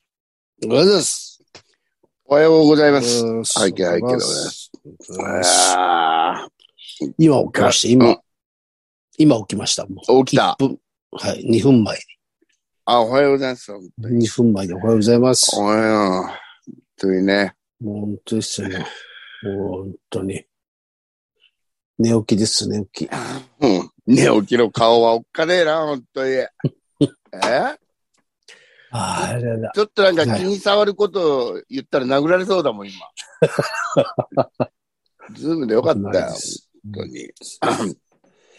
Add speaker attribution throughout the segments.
Speaker 1: おはようございます。
Speaker 2: おはようござい
Speaker 1: お
Speaker 2: ま
Speaker 1: は
Speaker 2: す
Speaker 1: よ。うござ
Speaker 2: はいいけはいけでございま
Speaker 1: ます。
Speaker 2: あ
Speaker 1: 今起きました、
Speaker 2: う
Speaker 1: 今
Speaker 2: ん。
Speaker 1: 今起きました。もう
Speaker 2: ー起きた。
Speaker 1: 1分はい、2分前
Speaker 2: あ、おはようございます。本当
Speaker 1: に。
Speaker 2: に
Speaker 1: 2分前におはようございます。
Speaker 2: おはよう。本当にね。
Speaker 1: もう本当ですよ。もう本当に。寝起きです、寝起き。
Speaker 2: うん。寝起きの顔はおっかねえな、本当 に。え
Speaker 1: ああ、あれだ。
Speaker 2: ちょっとなんか気に障ることを言ったら殴られそうだ もん、今。ズームでよかったよ、
Speaker 1: ないで
Speaker 2: 本
Speaker 1: す
Speaker 2: 当に。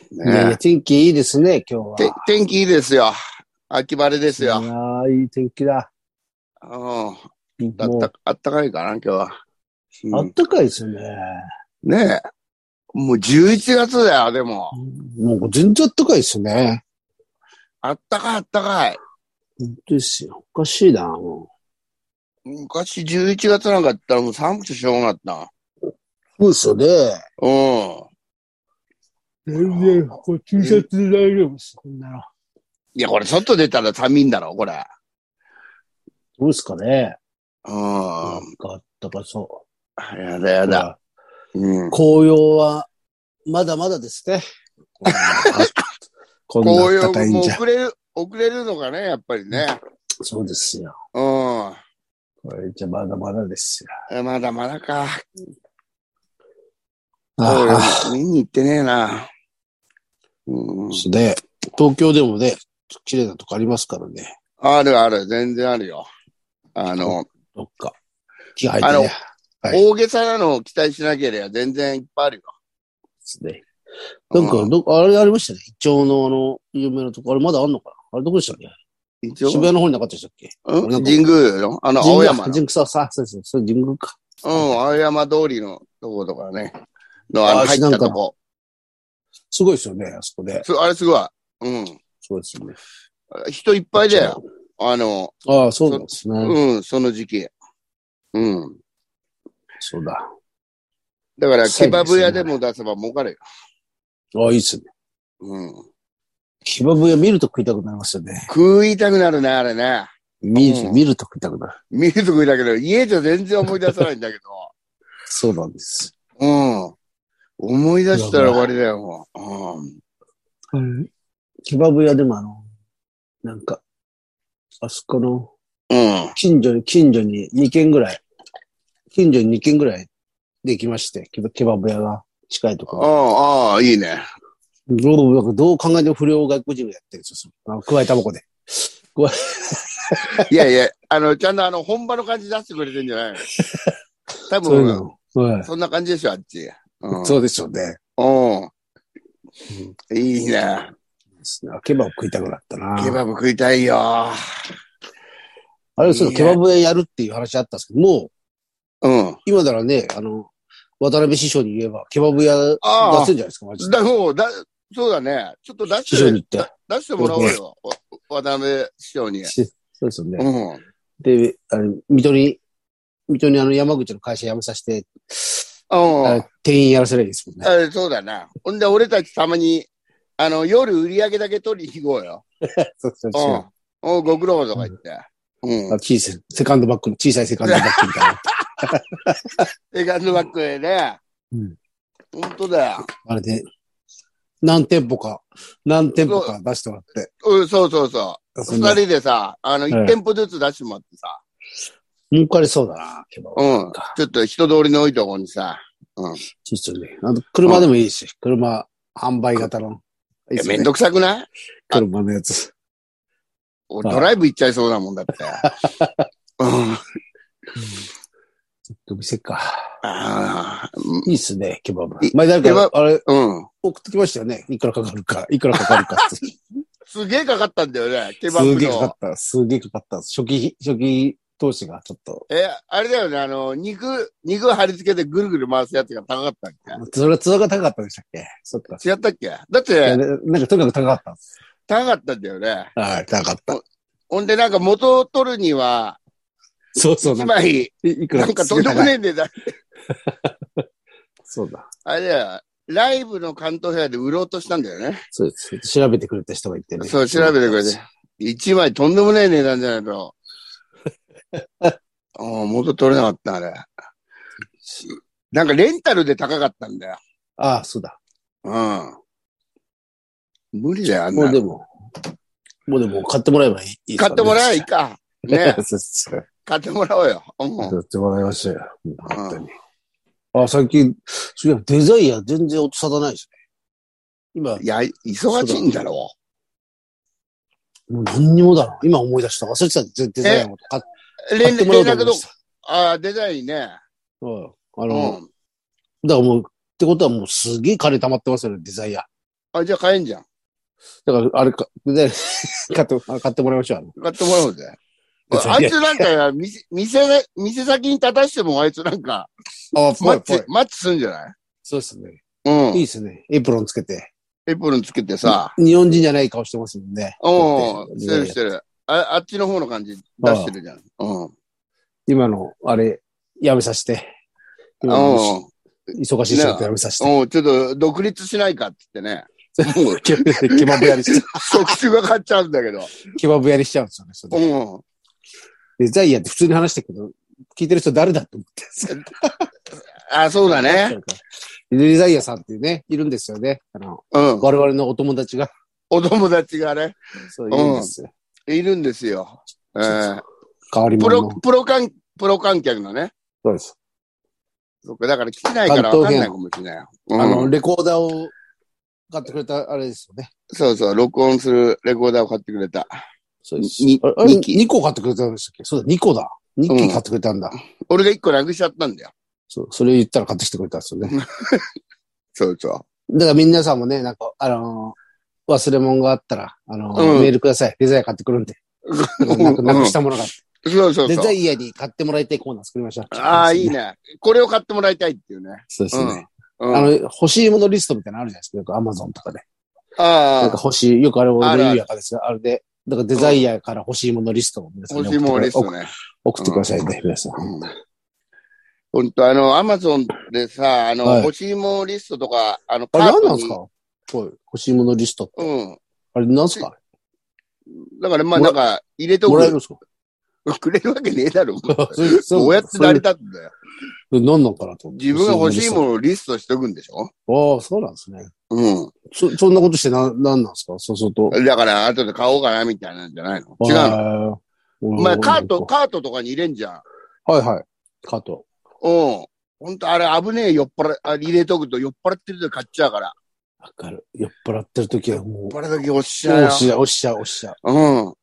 Speaker 1: いやい
Speaker 2: ね
Speaker 1: や天気いいですね、今日は。
Speaker 2: えて天気いいですよ。秋晴れです
Speaker 1: いや
Speaker 2: よ。
Speaker 1: ーいい天気だ。
Speaker 2: うん。あ
Speaker 1: も
Speaker 2: っ
Speaker 1: う
Speaker 2: たあったかいかな、今日は。うん
Speaker 1: あったかいですよね。
Speaker 2: ねえ。もう11月だよ、でも。
Speaker 1: もう全然あったかいですよね。
Speaker 2: あったかいあったかい。
Speaker 1: 本当ですよ。おかしいな、も
Speaker 2: 昔11月なんかだったらもう寒くてしょうがなかったな。
Speaker 1: う。そうですよね。
Speaker 2: うん。
Speaker 1: 全然、これ T シャツで大丈夫です。こんなの。
Speaker 2: いや、これ外出たら寒いんだろ、これ。
Speaker 1: どうですかね。
Speaker 2: う。
Speaker 1: なんんかあったかそ
Speaker 2: やだや
Speaker 1: う。
Speaker 2: だ。うん。
Speaker 1: 紅葉は、まだまだですね。 こんな
Speaker 2: 紅
Speaker 1: あった
Speaker 2: 葉
Speaker 1: かいん
Speaker 2: も
Speaker 1: じゃ。
Speaker 2: 遅れる、遅れるのかね、やっぱりね。
Speaker 1: そうですよ。
Speaker 2: うん。
Speaker 1: これじゃまだまだですよ。
Speaker 2: えまだまだか。
Speaker 1: ああ、
Speaker 2: 紅葉見に行ってねえな。うん。
Speaker 1: で、東京でもね、綺麗なとこありますからね。
Speaker 2: あるある、全然あるよ。あの、
Speaker 1: どっか。気配入ってね。はい
Speaker 2: 大げさなのを期待しなければ全然いっぱいあるよ。
Speaker 1: ですね。なんか、どっかあれありましたね。イチョウのあの、有名なとこ。あれまだあんのかなあれどこでしたっけ
Speaker 2: 一応
Speaker 1: 渋谷の方になかったでしたっけ
Speaker 2: うん
Speaker 1: なんか
Speaker 2: 神宮のあの、青
Speaker 1: 神
Speaker 2: 山の。
Speaker 1: 宮神宮さ、さ、そうです。それ神宮か。
Speaker 2: うん、青山通りのとことかね。の、あの、
Speaker 1: あー
Speaker 2: 入ったとこ。
Speaker 1: すごいですよね、あそこで。
Speaker 2: すあれすごい。うん。
Speaker 1: そうですよね。
Speaker 2: 人いっぱいだよ。あの、
Speaker 1: ああ、そうなんですね。
Speaker 2: うん、その時期。うん。
Speaker 1: そうだ。
Speaker 2: だから、
Speaker 1: そうですね
Speaker 2: ケバブ屋でも出せば儲かるよ。
Speaker 1: ああ、いいっすね。
Speaker 2: うん。
Speaker 1: ケバブ屋見ると食いたくなりますよね。
Speaker 2: 食いたくなるね、あれね。
Speaker 1: 見る、
Speaker 2: うん
Speaker 1: 見ると食いたくなる。
Speaker 2: 見ると食いだけど、家じゃ全然思い出さないんだけ
Speaker 1: そうなんです。
Speaker 2: ど。うん。思い出したら終わりだよ、もう。うん。
Speaker 1: ケバブ屋でもあの、なんか、あそこの、
Speaker 2: うん。
Speaker 1: 近所に、近所に2軒ぐらい、近所に2軒ぐらいできまして、ケバケバブ屋が近いところ。
Speaker 2: ああ、ああ、いいね。
Speaker 1: どうなんかどう考えても不良外国人がやってるんですよ。そのあの加えたばこで。
Speaker 2: いやいや、あの、ちゃんとあの、本場の感じ出してくれてんじゃ ないの多
Speaker 1: そういう
Speaker 2: 分、
Speaker 1: の。はい
Speaker 2: そんな感じでしょ、あっち。うん。
Speaker 1: そうでしょうね。
Speaker 2: うん。いいね。
Speaker 1: ですねケバブ食いたくなったな。
Speaker 2: ケバブ食いたいよ。
Speaker 1: あれ、そう、
Speaker 2: いい
Speaker 1: ケ
Speaker 2: ね
Speaker 1: バブ屋やるっていう話あったんですけど、もう、
Speaker 2: うん。
Speaker 1: 今ならね、あの、渡辺師匠に言えば、ケバブ屋出
Speaker 2: ああ
Speaker 1: せんじゃないですか、マジで。
Speaker 2: だ、もう、だ、そうだね。ちょっと出
Speaker 1: 師匠に
Speaker 2: し
Speaker 1: 行って
Speaker 2: て、だ出してもらおうよ。お渡辺師匠に。
Speaker 1: しそうですよね。
Speaker 2: うん。
Speaker 1: で、あの、水戸に、水戸にあの山口の会社辞めさせて、
Speaker 2: う
Speaker 1: あ
Speaker 2: ん
Speaker 1: の。店員やらせればいいですもんね。
Speaker 2: あそうだな。ほんで、俺たちたまに、あの、夜売り上げだけ取りに行こうよ。
Speaker 1: そうそう
Speaker 2: う
Speaker 1: そ
Speaker 2: ん。おうご苦労とか言って。
Speaker 1: う
Speaker 2: う
Speaker 1: あ
Speaker 2: ん。
Speaker 1: 小さい、セカンドバッグの、小さいセカンドバッグみたいな。
Speaker 2: セカンドバックでね。
Speaker 1: うん。
Speaker 2: 本当だよ。
Speaker 1: あれで、何店舗か、何店舗か出してもらって。
Speaker 2: うん、そうそうそ。
Speaker 1: そうん
Speaker 2: 二
Speaker 1: な
Speaker 2: 人でさ、あの、一店舗ずつ出してもらってさ、
Speaker 1: 儲かりそうだな、ケバブ。
Speaker 2: うん。ちょっと人通りの多いところにさ、
Speaker 1: そうですよね。あの、車でもいいし、車、販売型の。いい
Speaker 2: い
Speaker 1: っ
Speaker 2: や
Speaker 1: すよね
Speaker 2: めんどくさくない
Speaker 1: 車のやつ。
Speaker 2: 俺ドライブ行っちゃいそうだも んだって。うん。あ
Speaker 1: お店か。
Speaker 2: あ
Speaker 1: いいっすね、ケバブ
Speaker 2: い。
Speaker 1: 前誰
Speaker 2: ケバ
Speaker 1: か、あれ、
Speaker 2: ー、うん。
Speaker 1: 送ってきましたよね。いくらかかるか、いくらかかるかって。
Speaker 2: すげえかかったんだよね、 ケバ
Speaker 1: す
Speaker 2: ブ
Speaker 1: げえかかっ
Speaker 2: の。
Speaker 1: た。すげえかかった。初期、初期投資がちょっと。
Speaker 2: え、あれだよね、あの、肉、肉貼り付けてぐるぐる回すやつが高かったっ
Speaker 1: それ、通が高かったでしたっけそっか。
Speaker 2: け違ったっけだっ
Speaker 1: いや
Speaker 2: て、
Speaker 1: でなんかとにかく高かったんです。
Speaker 2: 高かったんだよね。
Speaker 1: はい、高かった。
Speaker 2: ほんで、なんか元を取るには、
Speaker 1: そうそう、
Speaker 2: 一
Speaker 1: なんか、
Speaker 2: 枚、
Speaker 1: いいく
Speaker 2: な
Speaker 1: ら
Speaker 2: んかとんでもねえんでだ。
Speaker 1: そうだ。
Speaker 2: あれだよ、ライブの関東フェアで売ろうとしたんだよね。
Speaker 1: そうです。調べてくれた人がいてね。
Speaker 2: そう、調べてくれて。一枚とんでもない値段じゃないと。 ああ、元取れなかった、あれ。なんかレンタルで高かったんだよ。
Speaker 1: ああ、そうだ。
Speaker 2: うん。無理だよ、あん
Speaker 1: も
Speaker 2: な
Speaker 1: う
Speaker 2: の
Speaker 1: でも、もうでも買ってもらえばいいいい
Speaker 2: 買ってもらえばいい
Speaker 1: い。。
Speaker 2: か。ね
Speaker 1: そうそう
Speaker 2: 買ってもらおうよ。うん。
Speaker 1: やってもらいましたよ。もう本当に。あ、最近、そういや、デザイア全然音沙汰ないですね。今、
Speaker 2: いや、忙しいんだろ
Speaker 1: もう何にもだろ。今思い出した。忘れてた。デデザイアのこと買っ
Speaker 2: う。
Speaker 1: 買
Speaker 2: 連
Speaker 1: って
Speaker 2: 絡、
Speaker 1: もら
Speaker 2: 連
Speaker 1: おうと思
Speaker 2: 絡
Speaker 1: いま
Speaker 2: ど
Speaker 1: した。
Speaker 2: ああ、デザインね。
Speaker 1: うん。あ
Speaker 2: う
Speaker 1: の、
Speaker 2: ん。
Speaker 1: だからもう、ってことはもうすげえ金溜まってますよね、デザイア。
Speaker 2: あ、じゃあ買えんじゃん。
Speaker 1: だから、あれか、で、 買って、あ買ってもらいましょうあの。
Speaker 2: 買ってもらおうぜ。
Speaker 1: デザイア
Speaker 2: あいつなんか、店、店、店先に立たしても、あいつなんか、
Speaker 1: あ、
Speaker 2: マッチ、マッチすんじゃない
Speaker 1: そうですね。
Speaker 2: う
Speaker 1: いい
Speaker 2: ん。
Speaker 1: ですね。エプロンつけて。
Speaker 2: エプロンつけてさ、
Speaker 1: 日本人じゃない顔してますもんね。
Speaker 2: うん、してるし
Speaker 1: で
Speaker 2: てる。あ、あっちの方の感じ出してるじゃん。うん。
Speaker 1: 今の、あれ、やめさせて。
Speaker 2: う
Speaker 1: 今の
Speaker 2: ん。
Speaker 1: 忙しい仕事やめさせて。
Speaker 2: おうちょっと独立しないかって言ってね。もう、
Speaker 1: ケバブ屋にしちゃ
Speaker 2: 特集が買っちゃうんだけど。
Speaker 1: う。ケバブ屋にしちゃうんですよねそれで。
Speaker 2: うん。
Speaker 1: デザイアって普通に話してるけど、聞いてる人誰だって思ってるんですけど
Speaker 2: あ、そうだね。
Speaker 1: デザイアさんっていうね、いるんですよね。あの、
Speaker 2: うん。
Speaker 1: 我々のお友達が。
Speaker 2: お友達がね、
Speaker 1: そういうんですよ。
Speaker 2: いるんですよ。えー
Speaker 1: 変わり
Speaker 2: プ
Speaker 1: 者
Speaker 2: ロ
Speaker 1: の。、
Speaker 2: プロ観、プロ観客のね。
Speaker 1: そうです。
Speaker 2: そっか、だから来てないからわかんないかもしれないよ。うん
Speaker 1: あの、レコーダーを買ってくれた、あれですよね。
Speaker 2: そうそう、録音するレコーダーを買ってくれた。
Speaker 1: そう
Speaker 2: です
Speaker 1: ああれ
Speaker 2: 二機
Speaker 1: 2個買ってくれたんでしたっけそうだ、2個だ。2
Speaker 2: うん
Speaker 1: 機買ってくれたんだ。
Speaker 2: 俺が一個なくしちゃったんだよ。
Speaker 1: そう、それ言ったら買ってきてくれたんですよね。
Speaker 2: そうそ
Speaker 1: だから皆さんもね、なんか、あのー忘れ物があったら、あのー
Speaker 2: うん
Speaker 1: メールください。デザイア買ってくるんで。
Speaker 2: う。
Speaker 1: なくなくしたものがあって。
Speaker 2: うんそうそう
Speaker 1: デ
Speaker 2: そ
Speaker 1: ザ
Speaker 2: う。
Speaker 1: イアに買ってもらいたいコーナー作りましょう。
Speaker 2: ああ、いい。ね。これを買ってもらいたいっていうね。
Speaker 1: そうですね。
Speaker 2: うん。
Speaker 1: あ
Speaker 2: あ
Speaker 1: の、欲しいものリストみたいなのあるじゃないですか。よくアマゾンとかで。なんか
Speaker 2: あ、
Speaker 1: 欲しい、よくあれ俺
Speaker 2: あ
Speaker 1: の
Speaker 2: るあ
Speaker 1: 意
Speaker 2: る
Speaker 1: 味わかんないですよ。あれで。だからデザイアから欲しいものリストを皆さんに送
Speaker 2: 欲し
Speaker 1: って
Speaker 2: い
Speaker 1: くれ
Speaker 2: ものリストね。
Speaker 1: 送ってくださいね、皆さん。
Speaker 2: 本当あの、アマゾンでさ、あの、
Speaker 1: はい
Speaker 2: 欲しいものリストとか、あの、
Speaker 1: あれ
Speaker 2: カー
Speaker 1: 何
Speaker 2: ト
Speaker 1: なん
Speaker 2: に
Speaker 1: ですかこういう欲しいものリストって。
Speaker 2: うん。
Speaker 1: あれ何すか
Speaker 2: だから、まあ、
Speaker 1: も
Speaker 2: な
Speaker 1: ら
Speaker 2: んか、入れと
Speaker 1: もらえるん
Speaker 2: く。
Speaker 1: ですか
Speaker 2: くれるわけねえだろ。
Speaker 1: そういう そう
Speaker 2: おやつ成り立つんだよ。
Speaker 1: そういう何なんかなと思って。
Speaker 2: 自分が欲しいものをリストしとくんでしょ
Speaker 1: の。ああ、そうなんですね。
Speaker 2: う
Speaker 1: そ、そんなことしてな、何なんですかそうすると。
Speaker 2: ん。だから、後で買おうかな、みたいなんじゃないの違うの
Speaker 1: の。
Speaker 2: お前、カート、カートとかに入れんじゃん。
Speaker 1: はいはい。カート。
Speaker 2: うん。ほんと、あれ危ねえ、酔っ払い、あ入れとくと酔っ払ってると買っちゃうから。
Speaker 1: わかる。酔っ払ってる時はもう、
Speaker 2: 酔っ払うときおっしゃ
Speaker 1: 押
Speaker 2: よ
Speaker 1: しちゃう、押しちゃう、押しちゃう。
Speaker 2: うん。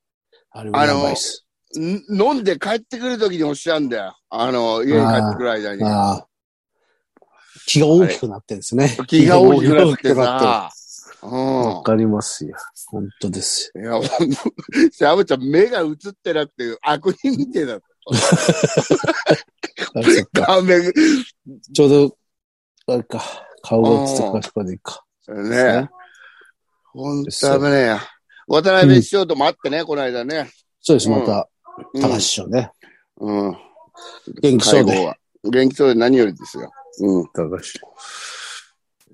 Speaker 1: あれはやばいっす。
Speaker 2: ん飲んで帰ってくるときにおっしゃうんだよ。あの、家に帰ってくる間に。
Speaker 1: ああ。気が大きくなってるんですね。
Speaker 2: 気が大き
Speaker 1: 気
Speaker 2: くなって
Speaker 1: が大きくなって
Speaker 2: さ。
Speaker 1: るわ
Speaker 2: う
Speaker 1: かりますよ。本当です
Speaker 2: ん。いや、ほんと、 シャブちゃん目が映ってなくて悪人みてえだった。
Speaker 1: よ。あそっか
Speaker 2: 顔面、ね
Speaker 1: ちょうど、あれか、顔が映ってくかとかでいいか。ね
Speaker 2: ほんと危ねえや。渡辺師匠とも会ってね、この間ね。
Speaker 1: そうです、
Speaker 2: うん
Speaker 1: また、
Speaker 2: うん
Speaker 1: 高橋師匠ね。
Speaker 2: うん。
Speaker 1: 元気そうで
Speaker 2: 会合は。元気そうで何よりですよ。うん。
Speaker 1: 高橋師匠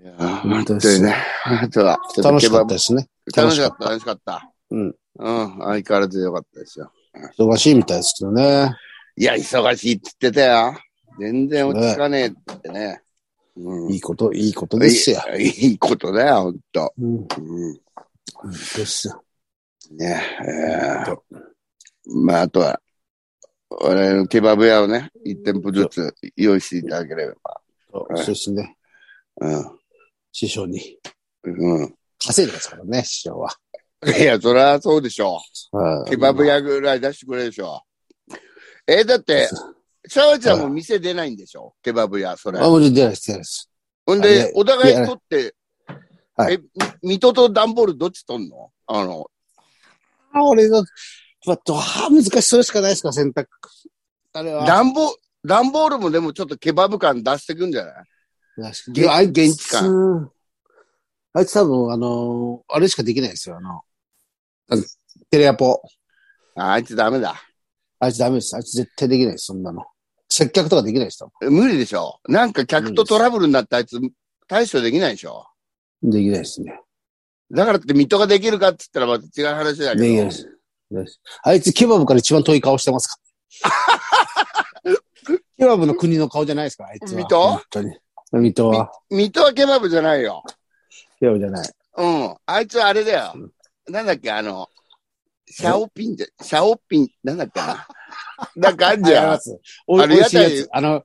Speaker 2: いや
Speaker 1: 本当
Speaker 2: 本当
Speaker 1: で
Speaker 2: に
Speaker 1: す
Speaker 2: ね。あとは、ちょっと
Speaker 1: 楽しかっ
Speaker 2: ケ
Speaker 1: たですね。
Speaker 2: バ
Speaker 1: 楽
Speaker 2: ブ楽
Speaker 1: し
Speaker 2: し
Speaker 1: かっ
Speaker 2: かったた、楽しかった。
Speaker 1: うん。
Speaker 2: うん、相変わらずよかったですよ。
Speaker 1: 忙しいみたいですけどね。
Speaker 2: いや、忙しいって言ってたよ。全然落ち着かねえってね。うん
Speaker 1: いいこと、いいことですよ。
Speaker 2: いいいことだよ、ほんと。
Speaker 1: うん。本
Speaker 2: うん、
Speaker 1: 当ですよ。
Speaker 2: ねえ
Speaker 1: 本
Speaker 2: ーまあ、あとは、我々のケバブ屋をね、一店舗ずつ用意していただければ。
Speaker 1: そう
Speaker 2: はい
Speaker 1: ですね。
Speaker 2: う
Speaker 1: 師匠に。
Speaker 2: ん。うん。
Speaker 1: 稼いでますからね、師匠は。
Speaker 2: いや、そりゃそうでしょ
Speaker 1: は
Speaker 2: う。
Speaker 1: い
Speaker 2: ケバブ屋ぐらい出してくれるでしょう。えーだって、シャワちゃんも店出ないんでしょケバブ屋、それ。
Speaker 1: あ、もう出ないです、出ないです。
Speaker 2: ほん
Speaker 1: いや
Speaker 2: で、お互い取って、
Speaker 1: はい
Speaker 2: え、み水戸と段ボールどっち取んのあの、
Speaker 1: あ、俺が、まあ、どあ、難しい。それしかないですか、選択。あれは。
Speaker 2: 段ボ、段ボールもでもちょっとケバブ感出してくんじゃない
Speaker 1: でもあいつ
Speaker 2: 現地感。
Speaker 1: あいつ多分、あのーあれしかできないですよ、あの、あのテレアポ。
Speaker 2: ああいつダメだ。
Speaker 1: あいつダメです。あいつ絶対できないです、そんなの。接客とかできないです、多分。
Speaker 2: 無理でしょ。なんか客とトラブルになったあいつ対処できないでしょ。
Speaker 1: できないですね。
Speaker 2: だからって水戸ができるかって言ったらまた違う話だ
Speaker 1: でき
Speaker 2: け
Speaker 1: ないで。
Speaker 2: ど
Speaker 1: す。できないですあいつケバブから一番遠い顔してますか ケバブの国の顔じゃないですか、あいつは。
Speaker 2: 水戸
Speaker 1: 本当に。水戸は、
Speaker 2: 水戸はケバブじゃないよ。
Speaker 1: ケバブじゃない。
Speaker 2: うん。あいつはあれだよ。なんだっけ、あの、シャオピンじゃ、シャオピン、なんだっけな。なんかあんじ
Speaker 1: あり
Speaker 2: ゃ
Speaker 1: ま
Speaker 2: ん。
Speaker 1: す。お
Speaker 2: あれ
Speaker 1: いしいや
Speaker 2: 屋
Speaker 1: つ。あの、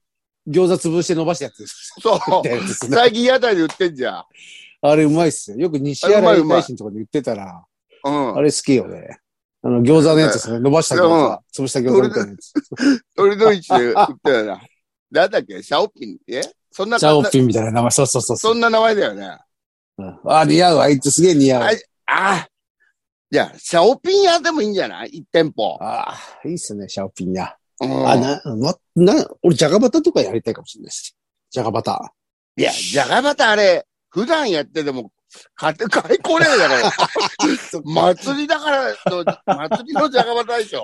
Speaker 1: 餃子潰して伸ばしたやつです。
Speaker 2: そう
Speaker 1: みた。いなやつ ですね
Speaker 2: 最近屋台で売ってんじゃん。
Speaker 1: あれうまいっすよ。よく西
Speaker 2: あうまい
Speaker 1: 原
Speaker 2: うまい
Speaker 1: 大臣のとかで言ってたら、
Speaker 2: うん
Speaker 1: あ。れ好きよね。あの、餃子のやつですね。伸ばした餃子。潰した餃子みたいなやつ。
Speaker 2: 俺の市で売ってたな。なんだっけシャオピンえそんな、
Speaker 1: チャオピンみたいな名前。そうそうそうそ
Speaker 2: そ
Speaker 1: うん
Speaker 2: な名前だよね。
Speaker 1: うん。あ、似合う。あいつすげえ似合
Speaker 2: あ
Speaker 1: う。
Speaker 2: いああ。じゃあ、シャオピン屋でもいいんじゃない一店舗。
Speaker 1: ああ、いいっすね、シャオピンや。
Speaker 2: うん
Speaker 1: あ、な、な、な、俺、ジャガバタとかやりたいかもしれないです。ジャガバタ。
Speaker 2: いや、じゃがバタあれ、普段やってても、買って、買いこれるだろ。 祭りだからの、祭りのじゃがバタでしょ。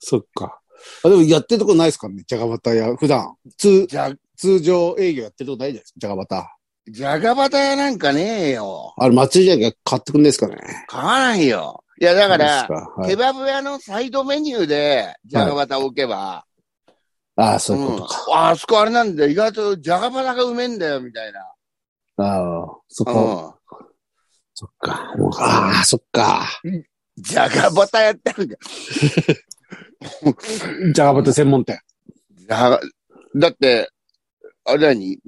Speaker 1: そっか。あ、でもやってるとこないですからね、ジャガバタや、普段。通、
Speaker 2: じゃ、
Speaker 1: 通常営業やってるとこないじゃないですか、ジャガバタ。
Speaker 2: じゃがバタ屋なんかねえよ。
Speaker 1: あれ、祭りじゃなきゃ買ってくんないですかね。
Speaker 2: 買わないよ。いや、だか
Speaker 1: ないっ
Speaker 2: ら
Speaker 1: す、かは
Speaker 2: ケ
Speaker 1: い、
Speaker 2: バブ屋のサイドメニューで、じゃがバタを置けば、
Speaker 1: ああ、そういううんことか。
Speaker 2: ああそこあれなんだよ、意外とじゃがバタがうめえんだよ、みたいな。
Speaker 1: ああ、そこ、
Speaker 2: うん。
Speaker 1: そっか。もうああ、そっか。
Speaker 2: じゃがバタやってるんだよ。
Speaker 1: ジャガバタ専門店。
Speaker 2: じゃがだって、あれ何ん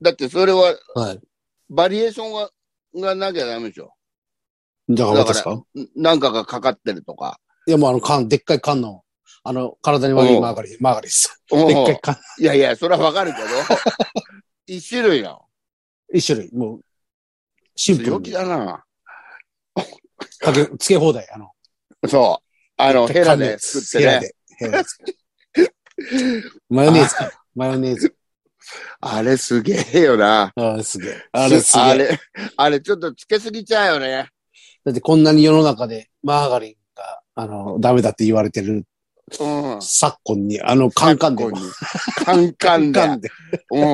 Speaker 2: だってそれは、
Speaker 1: はい。
Speaker 2: バリエーションが、がなきゃダメでしょ。
Speaker 1: ジャガバタですか
Speaker 2: んなんかがかかってるとか。
Speaker 1: いや、もうあの、缶、でっかい缶の、あの、体に悪いマーガリン、マーガリンです。
Speaker 2: うん
Speaker 1: でっかい缶、
Speaker 2: いやいや、それはわかるけど。 一種類よ。
Speaker 1: 一種類。もう、シンプル
Speaker 2: 強
Speaker 1: に
Speaker 2: 気。だな。
Speaker 1: かけ、つけ放題、あの、
Speaker 2: そう。あの、ヘラで作ってね。
Speaker 1: ヘラで。ヘラで マヨネーズか。マヨネーズ。
Speaker 2: あれすげえよな。
Speaker 1: ああ、すげえ。あれすげ
Speaker 2: あ
Speaker 1: え。
Speaker 2: れ、あれちょっとつけすぎちゃうよね。
Speaker 1: だってこんなに世の中でマーガリンが、あの、ダメだって言われてる
Speaker 2: うん。
Speaker 1: 昨今に、あの、カンカンで。
Speaker 2: に。カンカンで。
Speaker 1: で。
Speaker 2: うん。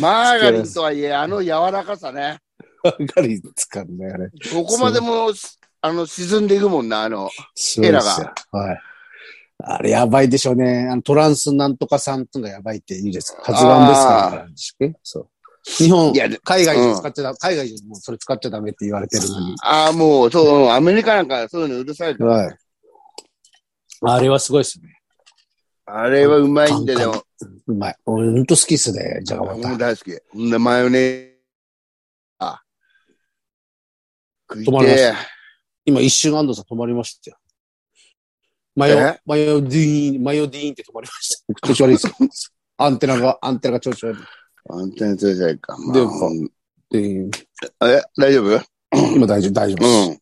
Speaker 2: マーガリンとはいえ、あの柔らかさね。
Speaker 1: マーガリン使うんだよ、あれ。
Speaker 2: どこまでも、あの、沈んでいくもんな、あの。
Speaker 1: すごいですよ。はい。あれ、やばいでしょうね。あの、トランスなんとかさんとかやばいって言うですか。発案ですから、ね。そう。日本
Speaker 2: い、や、で
Speaker 1: 海外で使っちゃだ、海外でもうそれ使っちゃダメって言われてるのに。
Speaker 2: ああ、もう、そう、アメリカなんかそういうのうるさいから。
Speaker 1: はい。あれはすごいですね。
Speaker 2: あれはうまいんで、
Speaker 1: カンカ
Speaker 2: で
Speaker 1: ン
Speaker 2: も、
Speaker 1: うまい。俺、ほんと好きっすね、じゃがバ
Speaker 2: もう
Speaker 1: タ。
Speaker 2: 大好き。んで、マヨネーズ。あ。食い
Speaker 1: 止まりま
Speaker 2: て
Speaker 1: し今、一瞬安藤さん止まりましたよ。マヨ
Speaker 2: え、
Speaker 1: マヨディーン、マヨディーンって止まりました。調子悪いっすか アンテナが、アンテナが調子悪い。
Speaker 2: え。あんたについてないか。まあ
Speaker 1: でもディーン
Speaker 2: え、大丈夫うん。
Speaker 1: 今大丈夫、大丈夫です。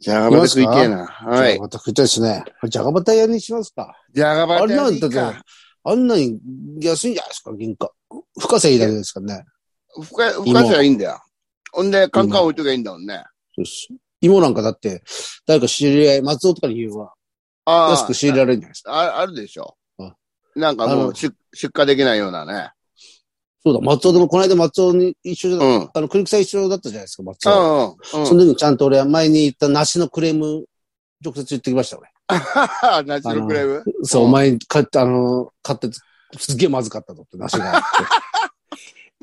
Speaker 2: じゃがバタ食いてえな。は
Speaker 1: じゃ
Speaker 2: い
Speaker 1: が。バタ食いたいですね。じゃがバタ屋にしますか。
Speaker 2: じゃがバ
Speaker 1: あ
Speaker 2: タ
Speaker 1: れな
Speaker 2: やり
Speaker 1: ん
Speaker 2: か
Speaker 1: だけど、あんなに安いんじゃないですか、銀貨。深瀬いいだけですかね。
Speaker 2: ふか、ふかせばいいんだよ。ほんで、カンカン置いときゃいいんだもんね。
Speaker 1: そうっす芋なんかだって、誰か知り合い、松尾とかに言えば、
Speaker 2: ああ
Speaker 1: 安く仕入れられるんじゃないですか。
Speaker 2: あ、あるでしょ
Speaker 1: あ。
Speaker 2: なんか
Speaker 1: あ
Speaker 2: も
Speaker 1: の
Speaker 2: う出出荷できないようなね。
Speaker 1: そうだ、松尾でも、この間松尾に一緒じゃ
Speaker 2: うん。うん。
Speaker 1: あの、クリクサ一緒だったじゃないですか、松尾。
Speaker 2: うん。
Speaker 1: その時にちゃんと俺は前に言った梨のクレーム、直接言ってきました、俺。
Speaker 2: うん。 ナチュラルクレーム
Speaker 1: そう、
Speaker 2: う
Speaker 1: お
Speaker 2: ん
Speaker 1: 前に買って、あの、買って、すっげえまずかったとって、梨が。っ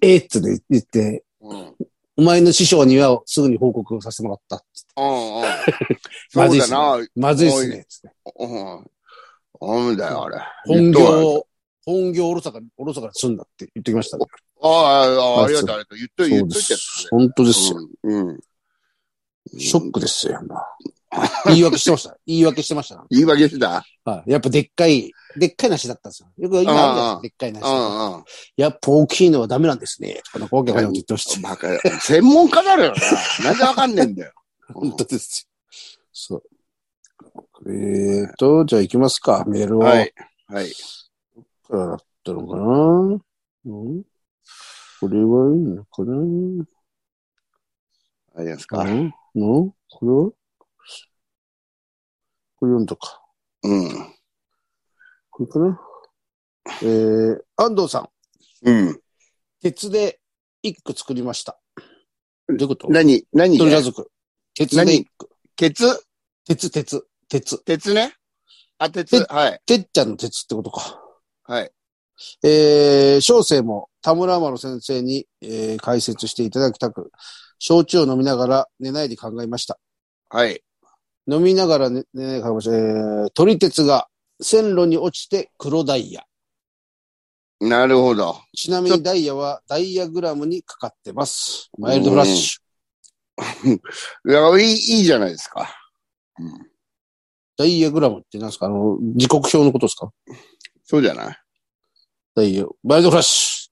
Speaker 1: てえーっつって 言って、
Speaker 2: うん。うん。
Speaker 1: お前の師匠にはすぐに報告をさせてもらった。
Speaker 2: うん。
Speaker 1: ま
Speaker 2: そ
Speaker 1: ずい
Speaker 2: う
Speaker 1: っ
Speaker 2: だ
Speaker 1: すね
Speaker 2: な。う
Speaker 1: まずいっすね、つって。
Speaker 2: ん。なんだよ、あれ。
Speaker 1: 本業
Speaker 2: 言っと
Speaker 1: を、本業をおろそかに、おろそかにすんだって言ってきましたね。
Speaker 2: ああああ、ありがとう、ありがとう。言っとい
Speaker 1: そ
Speaker 2: て、言
Speaker 1: う
Speaker 2: っ
Speaker 1: で
Speaker 2: といて。
Speaker 1: す。本当ですよ。
Speaker 2: うん。うん
Speaker 1: ショックですよ、まあ言い訳してました。言い訳してました。
Speaker 2: 言い訳してた
Speaker 1: はい。やっぱでっかい、でっかい梨だったんですよ。よく今あるじゃないですか、でっかい梨
Speaker 2: う。んうん。
Speaker 1: やっぱ大きいのはダメなんですね。とか、なんかわけわかんないこと言ってました。
Speaker 2: バカだ専門家だろよな。なんでわかんねえんだよ。うん
Speaker 1: 本当ですよ。そう。えーと、じゃあ行きますか。メールを。
Speaker 2: は
Speaker 1: はい
Speaker 2: い。。はい。
Speaker 1: だったのかなうんこれはいいのかな
Speaker 2: あれです
Speaker 1: あ
Speaker 2: か。
Speaker 1: ののこれはこれ読んだか。
Speaker 2: うん。
Speaker 1: これかなえー、安藤さん。
Speaker 2: うん。
Speaker 1: 鉄で一句作りました。どういうこと
Speaker 2: 何、何
Speaker 1: 鳥らずく。鉄で一句。
Speaker 2: 鉄
Speaker 1: 鉄、鉄、鉄。
Speaker 2: 鉄ね。あ、鉄。はい。
Speaker 1: てっちゃんの鉄ってことか。
Speaker 2: はい。
Speaker 1: えー、小生も田村天の先生に、えー解説していただきたく、焼酎を飲みながら寝ないで考えました。
Speaker 2: はい。
Speaker 1: 飲みながら寝寝ないで考えました。えー、撮り鉄が線路に落ちて黒ダイヤ。
Speaker 2: なるほど。
Speaker 1: ちなみにダイヤはダイヤグラムにかかってます。マイルドフラッシュ。
Speaker 2: いや、いい、いいじゃないですか。うん。
Speaker 1: ダイヤグラムって何ですかあの、時刻表のことですか
Speaker 2: そうじゃない
Speaker 1: ダイヤ。マイルドフラッシ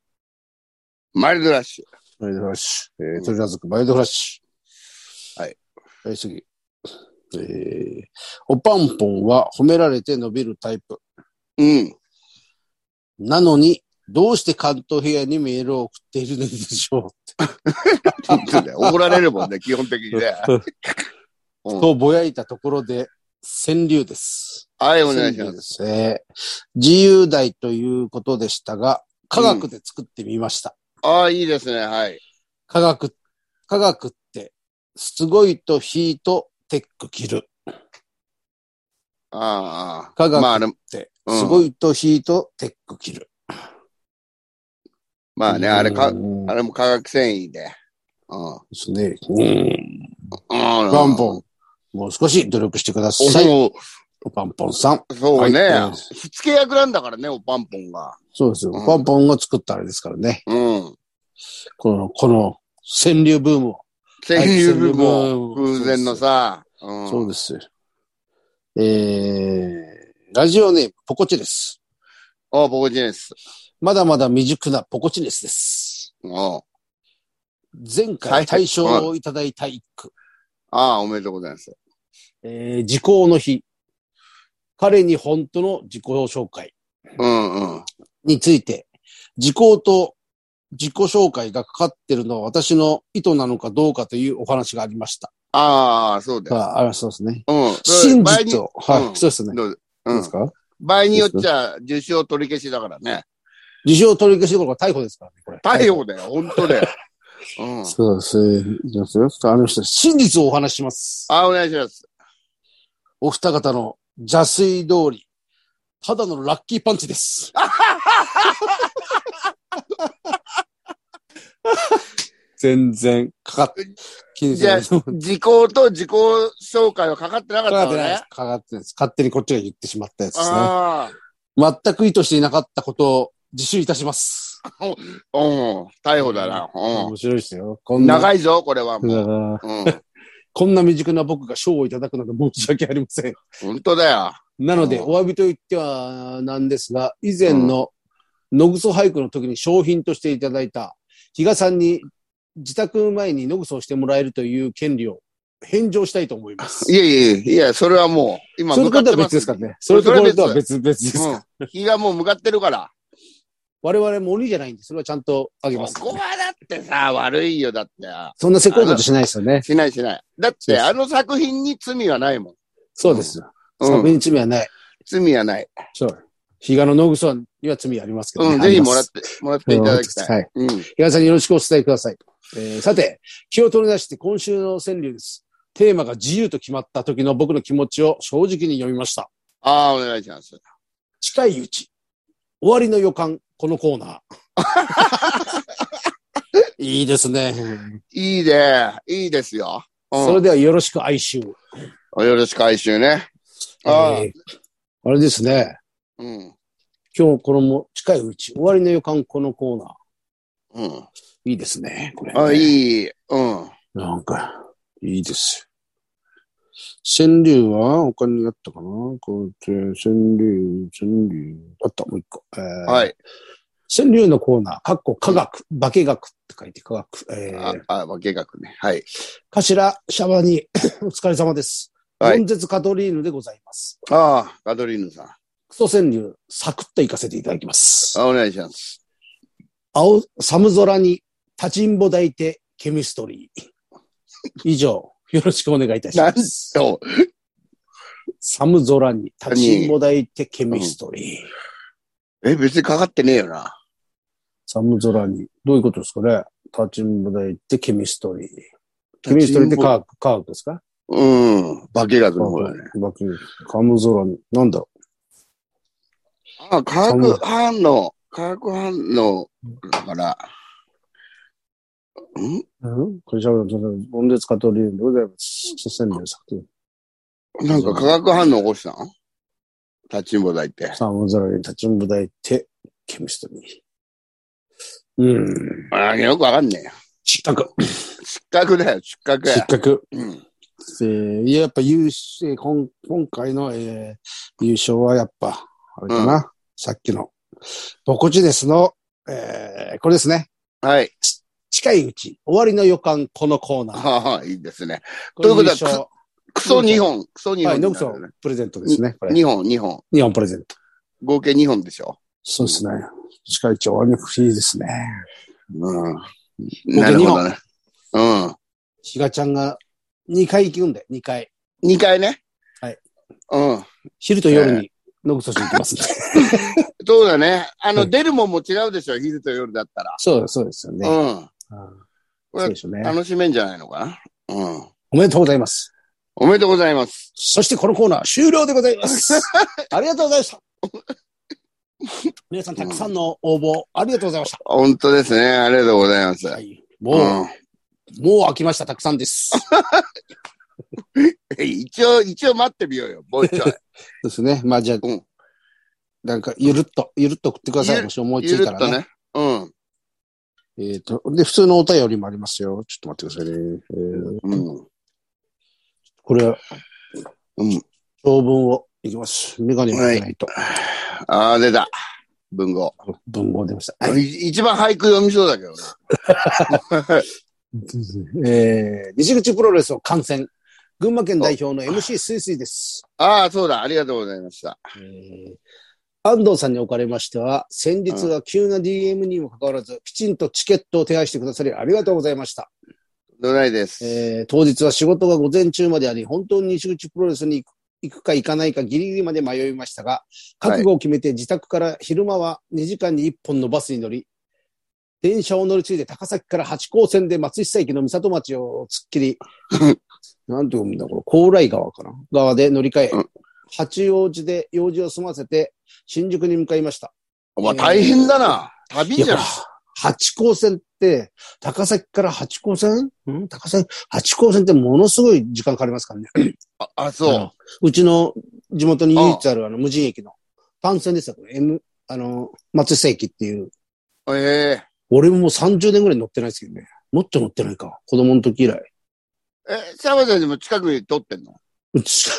Speaker 2: マイルドラッシ
Speaker 1: ュ。マイルドフラッシュ。え
Speaker 2: う
Speaker 1: ー、
Speaker 2: ん
Speaker 1: 取り除くマイルドフラッシュ。
Speaker 2: はい。
Speaker 1: はい、次。えー、おパンポンは褒められて伸びるタイプ。
Speaker 2: ュ。 うん。
Speaker 1: なのに、どうして関東平野にメールを送っているのでしょ
Speaker 2: 本当だよ怒られるもんね、基本的に
Speaker 1: う
Speaker 2: ね。うん
Speaker 1: とぼやいたところで、川柳です。
Speaker 2: はい、お願いしま
Speaker 1: 川柳
Speaker 2: す。
Speaker 1: です、えー自由題ということでしたが、科学で作ってみました。
Speaker 2: ああ、いいですね、はい。
Speaker 1: 科学、科学って、すごいと火とテック切る。
Speaker 2: ああああ。
Speaker 1: 科学
Speaker 2: まあ、あれ、
Speaker 1: って、
Speaker 2: うん
Speaker 1: すごいと火とテック切る。
Speaker 2: まあね、あれか
Speaker 1: う、ん
Speaker 2: あれも化学繊維で。うん。うん。
Speaker 1: ですね。うん。
Speaker 2: バ
Speaker 1: パンポン。もう少し努力してください。
Speaker 2: そ
Speaker 1: パンポンさん。
Speaker 2: う、そうね。
Speaker 1: はい
Speaker 2: 火付け役なんだからね、おパンポンが。
Speaker 1: そうですよ。
Speaker 2: うん
Speaker 1: パンポンが作ったあれですからね。
Speaker 2: うん。
Speaker 1: この、この、川柳ブームを。
Speaker 2: 川柳部
Speaker 1: 川柳
Speaker 2: も
Speaker 1: 部も
Speaker 2: 空前のさ。うん。
Speaker 1: そうですよ。えー、ラジオネーム、ポコチです。
Speaker 2: ああ、僕です。
Speaker 1: まだまだ未熟なポコチネスです。
Speaker 2: うん。
Speaker 1: 前回大賞をいただいた一句。
Speaker 2: ああ、おめでとうございます。
Speaker 1: えー、時効の日。彼に本当の自己紹介
Speaker 2: うんうん。
Speaker 1: について、時効と自己紹介がかかってるのは私の意図なのかどうかというお話がありました。
Speaker 2: ああ、そうだよ。
Speaker 1: あ、ありそうですね。
Speaker 2: うん。
Speaker 1: 真
Speaker 2: 場合
Speaker 1: 実
Speaker 2: に
Speaker 1: を。はい、
Speaker 2: うん
Speaker 1: そうですね。
Speaker 2: どうぞ
Speaker 1: どう
Speaker 2: う
Speaker 1: で
Speaker 2: ん
Speaker 1: す。か
Speaker 2: 場合によっちゃ、受賞取り消しだからね。
Speaker 1: 自称取り消しどころか逮捕ですからね、これ。
Speaker 2: 逮捕だよ、本 当だよ。うん。
Speaker 1: そうですね。いきますよ。あの人、真実をお話しします。
Speaker 2: ああ、お願いします。
Speaker 1: お二方の邪水通り、ただのラッキーパンチ です。全然、かかっ、気にしない。か
Speaker 2: 時効と時効紹介はかかってなかった
Speaker 1: かっ
Speaker 2: の
Speaker 1: てないです
Speaker 2: ね。。
Speaker 1: かかってないです。勝手にこっちが言ってしまったやつですね。
Speaker 2: あ
Speaker 1: 全く意図していなかったことを自首いたします。
Speaker 2: あ、うん。逮捕だな。う
Speaker 1: 面白いですよ。こ
Speaker 2: ん。
Speaker 1: んな。
Speaker 2: 長いぞ、これはもう。
Speaker 1: うん
Speaker 2: うん。
Speaker 1: こんな未熟な僕が賞をいただくなんて申し訳ありません。
Speaker 2: 本当だよ。
Speaker 1: なので、
Speaker 2: うん
Speaker 1: お詫びと言ってはなんですが、以前の野草俳句の時に商品としていただいた、比嘉さんに自宅前に野草をしてもらえるという権利を返上したいと思います。
Speaker 2: いやいやいや、いや、それはもう、今
Speaker 1: それ
Speaker 2: 向かっ
Speaker 1: と
Speaker 2: て
Speaker 1: は
Speaker 2: ま
Speaker 1: 別
Speaker 2: す。
Speaker 1: ですからね。それとこれとは別、別ですから。
Speaker 2: うん。日がもう向かってるから。
Speaker 1: 我々も鬼じゃないんで、それはちゃんとあげます
Speaker 2: そ
Speaker 1: から
Speaker 2: こ
Speaker 1: ね、
Speaker 2: はだってさ、悪いよ、だって。
Speaker 1: そんなせこいことしないですよね。
Speaker 2: しないしない。だっ
Speaker 1: そうです
Speaker 2: て、あの作品に罪はないもん。
Speaker 1: そうですよ。作
Speaker 2: うん。
Speaker 1: 品罪はない。
Speaker 2: 罪はない。
Speaker 1: そう。比嘉の野草には罪ありますけど、ね。
Speaker 2: うん。
Speaker 1: あ
Speaker 2: ぜ
Speaker 1: り
Speaker 2: ひ
Speaker 1: ます
Speaker 2: もらって、もらっていただきたい。
Speaker 1: はい。
Speaker 2: うん。
Speaker 1: 皆さんによろしくお伝えください。えーさて、気を取り出して今週の川柳です。テーマが自由と決まった時の僕の気持ちを正直に読みました。
Speaker 2: ああ、お願いします。
Speaker 1: 近いうち、終わりの予感、このコーナー。 いいですね。
Speaker 2: いいね。いいですよ。うん。
Speaker 1: それではよろしく哀愁。
Speaker 2: よろしく回収ね。ああ
Speaker 1: えーあれですね。
Speaker 2: うん。
Speaker 1: 今日このも近いうち、終わりの予感、このコーナー。
Speaker 2: うん。
Speaker 1: いいですね。これ、
Speaker 2: あ、いい。うん。
Speaker 1: なんか、いいですよ。川柳は他にあったかなこうって、川柳、川柳。あった、もう一個。えー
Speaker 2: はい。
Speaker 1: 川柳のコーナー、かっこ科学、化学って書いて科学。え
Speaker 2: あ
Speaker 1: ー、、
Speaker 2: あ、まあ、計画ね。はい。
Speaker 1: 頭、シャバに お疲れ様です。
Speaker 2: はい
Speaker 1: 悶絶カトリーヌでございます。
Speaker 2: ああ、ガトリーヌさん。
Speaker 1: クソ川柳、サクッと行かせていただきます。
Speaker 2: あ、お願いします。
Speaker 1: 青、寒空に、立ちんぼ抱いて、ケミストリー。以上、よろしくお願いいたします。
Speaker 2: そう。
Speaker 1: 寒空に立ちんぼ抱いてケミストリー。
Speaker 2: え、別にかかってねえよな。
Speaker 1: 寒空に。どういうことですかね立ちんぼ抱いてケミストリー。ケミストリーって科学、科学ですか
Speaker 2: うん。化学の方だね。
Speaker 1: バキ寒空に。なんだろう
Speaker 2: あ、化学反応。化学反応だから。ん
Speaker 1: うんこれしゃべると、ボンデ使っておりでございます。出産料作品。
Speaker 2: なんか化学反応起こしたん立ちんぼ台って。
Speaker 1: さあ、大空に立ちんぼだいて、ケミストリー。うん。
Speaker 2: あーよくわかんねえよ。
Speaker 1: 失格。
Speaker 2: 失格だよ、失格や
Speaker 1: 失。格。
Speaker 2: うん。
Speaker 1: えーいや、やっぱ優勝、えー今今回の、えー優勝はやっぱ、あれかな、さっきの、ボコチネスの、えーこれですね。
Speaker 2: はい。
Speaker 1: 近いうち、終わりの予感、このコーナー。
Speaker 2: はあ、いいですね。
Speaker 1: これ
Speaker 2: ということは
Speaker 1: 優勝
Speaker 2: クソ2本、クソ2
Speaker 1: はい、
Speaker 2: 本
Speaker 1: ノ
Speaker 2: に
Speaker 1: グ
Speaker 2: なる
Speaker 1: ソ
Speaker 2: よね。
Speaker 1: プレゼントですね。これ。
Speaker 2: 2本、2本。
Speaker 1: 日本プレゼント。
Speaker 2: 合計2本でしょ。
Speaker 1: そうですね。近いうち終わりのいいですね。
Speaker 2: うん。
Speaker 1: 本
Speaker 2: なるほどね。うん。
Speaker 1: ひがちゃんが2回行くんで、2回。
Speaker 2: 2回ね。
Speaker 1: はい。
Speaker 2: うん。
Speaker 1: 昼と夜に、ノグソ氏行きますんで。
Speaker 2: そうだね。あの、
Speaker 1: はい
Speaker 2: 出るもんも違うでしょ、昼と夜だったら。
Speaker 1: そう、そうですよね。
Speaker 2: うん。
Speaker 1: うん
Speaker 2: こ
Speaker 1: そう
Speaker 2: れ
Speaker 1: で、しょうね。
Speaker 2: 楽しめんじゃないのかな。うん。
Speaker 1: おめでとうございます。
Speaker 2: おめでとうございます。
Speaker 1: そしてこのコーナー終了でございます。 ありがとうございま した。皆さんたくさんの応募ありがとうございまし
Speaker 2: 本当ですね。ありがとうございます。
Speaker 1: た。は
Speaker 2: う
Speaker 1: い、もう、
Speaker 2: ん
Speaker 1: もう飽きました。たくさんです。そ
Speaker 2: え一応、一応待ってみようよ。もう 一回。
Speaker 1: う ですね。まあじゃあ、
Speaker 2: うん
Speaker 1: なんかゆるっと、ゆるっと送ってくださ
Speaker 2: ゆ
Speaker 1: い。
Speaker 2: る
Speaker 1: もし思いつ
Speaker 2: ゆ
Speaker 1: い
Speaker 2: る
Speaker 1: た
Speaker 2: っ
Speaker 1: ら
Speaker 2: と
Speaker 1: ね。
Speaker 2: ね。うん。
Speaker 1: えっ、と、で、普通のお便りもありますよ。ちょっと待ってくださいね。えー
Speaker 2: うん。
Speaker 1: これは、
Speaker 2: うん。
Speaker 1: 長文をいきます。メガネがいないと。
Speaker 2: ああ、出た。文豪。
Speaker 1: 文豪出ました。
Speaker 2: い一番俳句読みそうだけどね。
Speaker 1: えー、西口プロレスを観戦。群馬県代表の MC スイスイです。
Speaker 2: ああ、そうだ。ありがとうございました。
Speaker 1: えー安藤さんにおかれましては、先日は急な DM にもかかわらず、きちんとチケットを手配してくださりありがとうございました。
Speaker 2: どないです。
Speaker 1: えー当日は仕事が午前中まであり、本当に西口プロレスに行く行くか行かないかギリギリまで迷いましたが、覚悟を決めて自宅から昼間は2時間に1本のバスに乗り、電車を乗り継いで高崎から八高線で松下駅の三里町を突っ切 り、なんて読むんだ、これ、高麗川かな側で乗り換え
Speaker 2: うん、
Speaker 1: 八王子で用事を済ませて、新宿に向かいました。
Speaker 2: お前大変だな。旅
Speaker 1: いや
Speaker 2: じゃん。
Speaker 1: 八高線って、高崎から八高線ん高崎、八高線ってものすごい時間かかりますからね。
Speaker 2: ああ、
Speaker 1: あ
Speaker 2: そう
Speaker 1: の。うちの地元に唯一あるあの無人駅の、単線ですよ、これ。M、あの、松下駅っていう。
Speaker 2: え
Speaker 1: 俺ももう30年ぐらい乗ってないですけどね。乗って乗ってないか。子供の時以来。
Speaker 2: ええ、シャバちゃんでも近くに撮ってんの
Speaker 1: うち、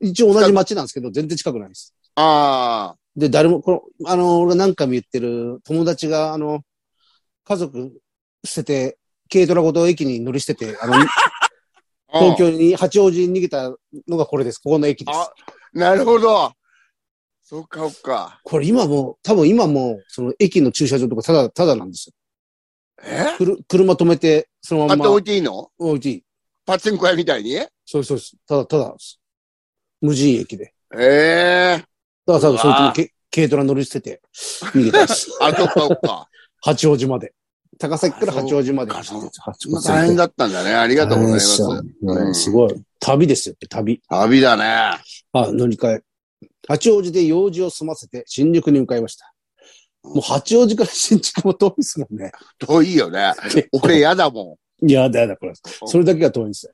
Speaker 1: 一応同じ町なんですけど、全然近くないです。
Speaker 2: ああ、
Speaker 1: で、誰も、この、あの、俺が何回も言ってる友達が、あの、家族捨てて、軽トラごと駅に乗り捨てて、あの、東京に、八王子に逃げたのがこれです。ここの駅で
Speaker 2: あ
Speaker 1: す
Speaker 2: あ。、なるほど。そっかそっか。
Speaker 1: これ今もう、多分今もう、その駅の駐車場とかただ、ただなんですよ。
Speaker 2: え
Speaker 1: くる車止めて、その
Speaker 2: あ
Speaker 1: ま
Speaker 2: っ
Speaker 1: ま
Speaker 2: て置いていいの
Speaker 1: 置いていい。
Speaker 2: パチンコ屋みたいにえ
Speaker 1: そうですそうです。ただ、ただです。無人駅で。
Speaker 2: え
Speaker 1: だから多分そういつ
Speaker 2: わ
Speaker 1: も
Speaker 2: ー
Speaker 1: け軽トラ乗り捨てて、逃げたん です。
Speaker 2: あ、そっかそ っか。
Speaker 1: 八王子まで。高崎から八王子まで。
Speaker 2: あそうか
Speaker 1: 八
Speaker 2: まあ大変だったんだね。ありがとうございます。
Speaker 1: うんすごい。旅ですよ、旅。
Speaker 2: 旅だね。
Speaker 1: あ、乗り換え。八王子で用事を済ませて新宿に向かいました。もう八王子から新宿も遠いですもんね。
Speaker 2: 遠いよね。 俺嫌だも
Speaker 1: いやだやだ、これ。それだけが遠いんですよ。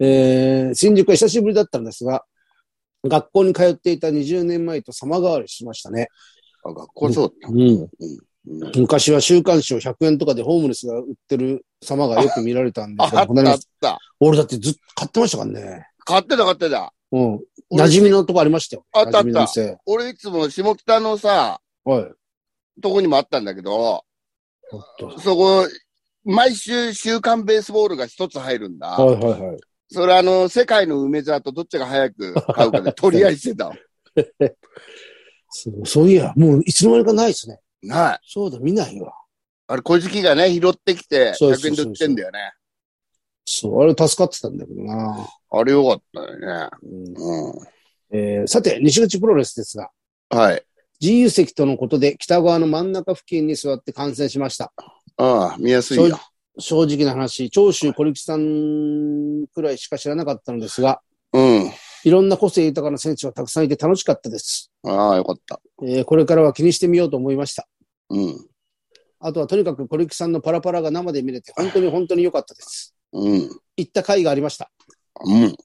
Speaker 1: えー、新宿は久しぶりだったんですが、学校に通っていた20年前と様変わりしましたね。
Speaker 2: ん。あ学校そうだ
Speaker 1: うん。
Speaker 2: うん
Speaker 1: 昔は週刊誌を100円とかでホームレスが売ってる様がよく見られたんで
Speaker 2: あっ
Speaker 1: すが、
Speaker 2: た
Speaker 1: この間
Speaker 2: あった。
Speaker 1: 俺だってずっと買ってましたからね。
Speaker 2: 買ってた買ってた。
Speaker 1: うん。馴染みのとこありましたよ。
Speaker 2: あったあっ
Speaker 1: 馴
Speaker 2: た
Speaker 1: 染みの店。
Speaker 2: 俺いつも下北のさ、
Speaker 1: はい。
Speaker 2: とこにもあったんだけど、
Speaker 1: おっと
Speaker 2: そこ、毎週週刊ベースボールが一つ入るんだ。
Speaker 1: はいはいはい。
Speaker 2: それあの、世界の梅沢とどっちが早く買 うかで取り合いしてた。
Speaker 1: そうそういや、もういつの間にかないですね。
Speaker 2: ない。
Speaker 1: そうだ、見ないわ。
Speaker 2: あれ、小じきがね、拾ってきて、
Speaker 1: そう
Speaker 2: 100
Speaker 1: そうそうそう
Speaker 2: 円で売ってんだよね。
Speaker 1: そう、あれ助かってたんだけどな。
Speaker 2: あれよかったよね。
Speaker 1: うん
Speaker 2: う
Speaker 1: えーさて、西口プロレスですが、
Speaker 2: ん。はい。
Speaker 1: 自由席とのことで北側の真ん中付近に座って観戦しました。
Speaker 2: ああ、見やすいよ。
Speaker 1: 正直な話、長州小力さんくらいしか知らなかったのですが、
Speaker 2: うん。
Speaker 1: いろんな個性豊かな選手がたくさんいて楽しかったです。
Speaker 2: ああ、よかった。
Speaker 1: えーこれからは気にしてみようと思いました。
Speaker 2: うん。
Speaker 1: あとはとにかく小力さんのパラパラが生で見れて本当に本当に良かったです。
Speaker 2: うん。
Speaker 1: 行った甲斐がありました。
Speaker 2: うん。